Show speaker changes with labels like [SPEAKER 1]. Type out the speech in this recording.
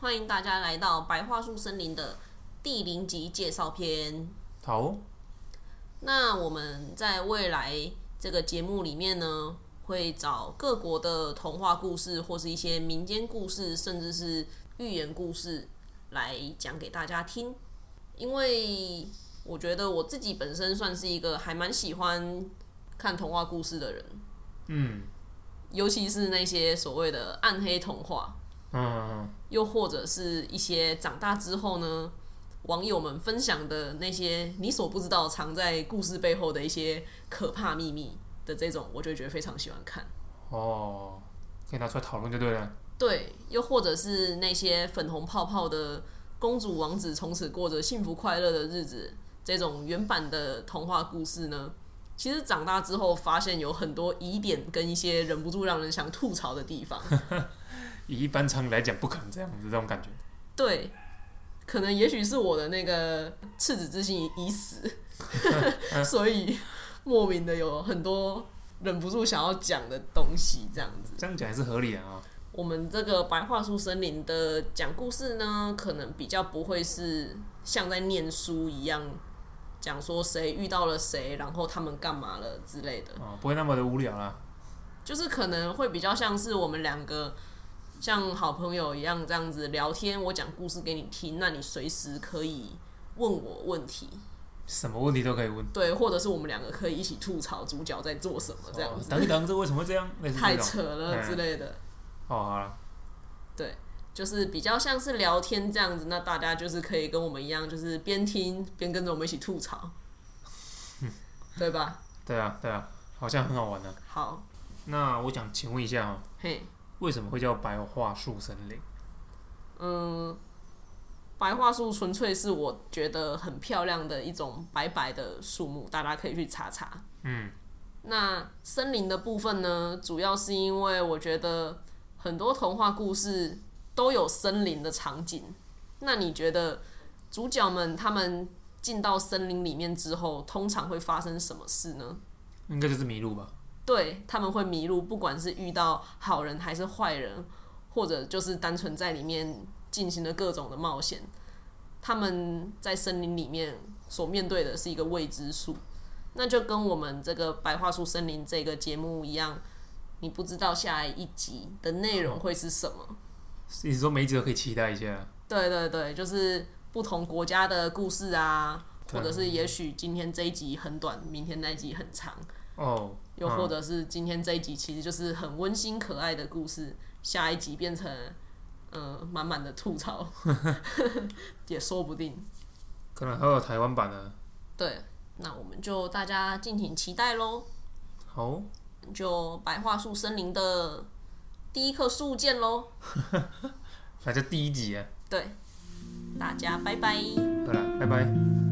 [SPEAKER 1] 欢迎大家来到白桦树森林的第零集介绍篇。
[SPEAKER 2] 好，
[SPEAKER 1] 那我们在未来这个节目里面呢，会找各国的童话故事，或是一些民间故事，甚至是寓言故事来讲给大家听。因为我觉得我自己本身算是一个还蛮喜欢看童话故事的人，
[SPEAKER 2] 嗯
[SPEAKER 1] 尤其是那些所谓的暗黑童话。
[SPEAKER 2] 嗯，
[SPEAKER 1] 又或者是一些长大之后呢，网友们分享的那些你所不知道藏在故事背后的一些可怕秘密的这种，我就觉得非常喜欢看。
[SPEAKER 2] 哦，可以拿出来讨论就对了。
[SPEAKER 1] 对，又或者是那些粉红泡泡的公主王子从此过着幸福快乐的日子，这种原版的童话故事呢，其实长大之后发现有很多疑点跟一些忍不住让人想吐槽的地方。
[SPEAKER 2] 以一般常理来讲，不可能这样子，这种感觉。
[SPEAKER 1] 对，可能也许是我的那个赤子之心已死， 所以莫名的有很多忍不住想要讲的东西。这样子，
[SPEAKER 2] 这样讲也是合理的啊。
[SPEAKER 1] 我们这个白桦树森林的讲故事呢，可能比较不会是像在念书一样。讲说谁遇到了谁，然后他们干嘛了之类的，
[SPEAKER 2] 啊、不会那么的无聊啦。
[SPEAKER 1] 就是可能会比较像是我们两个像好朋友一样这样子聊天，我讲故事给你听，那你随时可以问我问题，
[SPEAKER 2] 什么问题都可以问。
[SPEAKER 1] 对，或者是我们两个可以一起吐槽主角在做什么这样
[SPEAKER 2] 哦
[SPEAKER 1] 子，
[SPEAKER 2] 等一等，这为什么会这样？嗯类似
[SPEAKER 1] 太
[SPEAKER 2] 这种。
[SPEAKER 1] 扯了之类的，
[SPEAKER 2] 哦，好了，
[SPEAKER 1] 就是比较像是聊天这样子，那大家就是可以跟我们一样，就是边听边跟着我们一起吐 槽，对吧？
[SPEAKER 2] 对啊，对啊，好像很好玩呢、
[SPEAKER 1] 好，
[SPEAKER 2] 那我想请问一下哦，
[SPEAKER 1] 嘿，
[SPEAKER 2] 为什么会叫白桦树森林？
[SPEAKER 1] 嗯，白桦树纯粹是我觉得很漂亮的一种白白的树木，大家可以去查查。
[SPEAKER 2] 嗯，
[SPEAKER 1] 那森林的部分呢，主要是因为我觉得很多童话故事都有森林的场景。那你觉得主角们他们进到森林里面之后，通常会发生什么事呢？
[SPEAKER 2] 应该就是迷路吧。
[SPEAKER 1] 对，他们会迷路，不管是遇到好人还是坏人，或者就是单纯在里面进行了各种的冒险。他们在森林里面所面对的是一个未知数，那就跟我们这个白桦树森林这个节目一样，你不知道下来一集的内容会是什么。
[SPEAKER 2] 意思说每一集都可以期待一下。啊
[SPEAKER 1] 对对对，就是不同国家的故事啊，或者是也许今天这一集很短，明天那一集很长。
[SPEAKER 2] 哦，
[SPEAKER 1] 又或者是今天这一集其实就是很温馨可爱的故事，下一集变成呃满满的吐槽， 也说不定。
[SPEAKER 2] 可能还有台湾版的。
[SPEAKER 1] 对，那我们就大家敬请期待喽，
[SPEAKER 2] 好，
[SPEAKER 1] 就白桦树森林的第一棵树见喽。
[SPEAKER 2] 那就第一集啊。
[SPEAKER 1] 对，大家拜拜。
[SPEAKER 2] 对了，拜拜。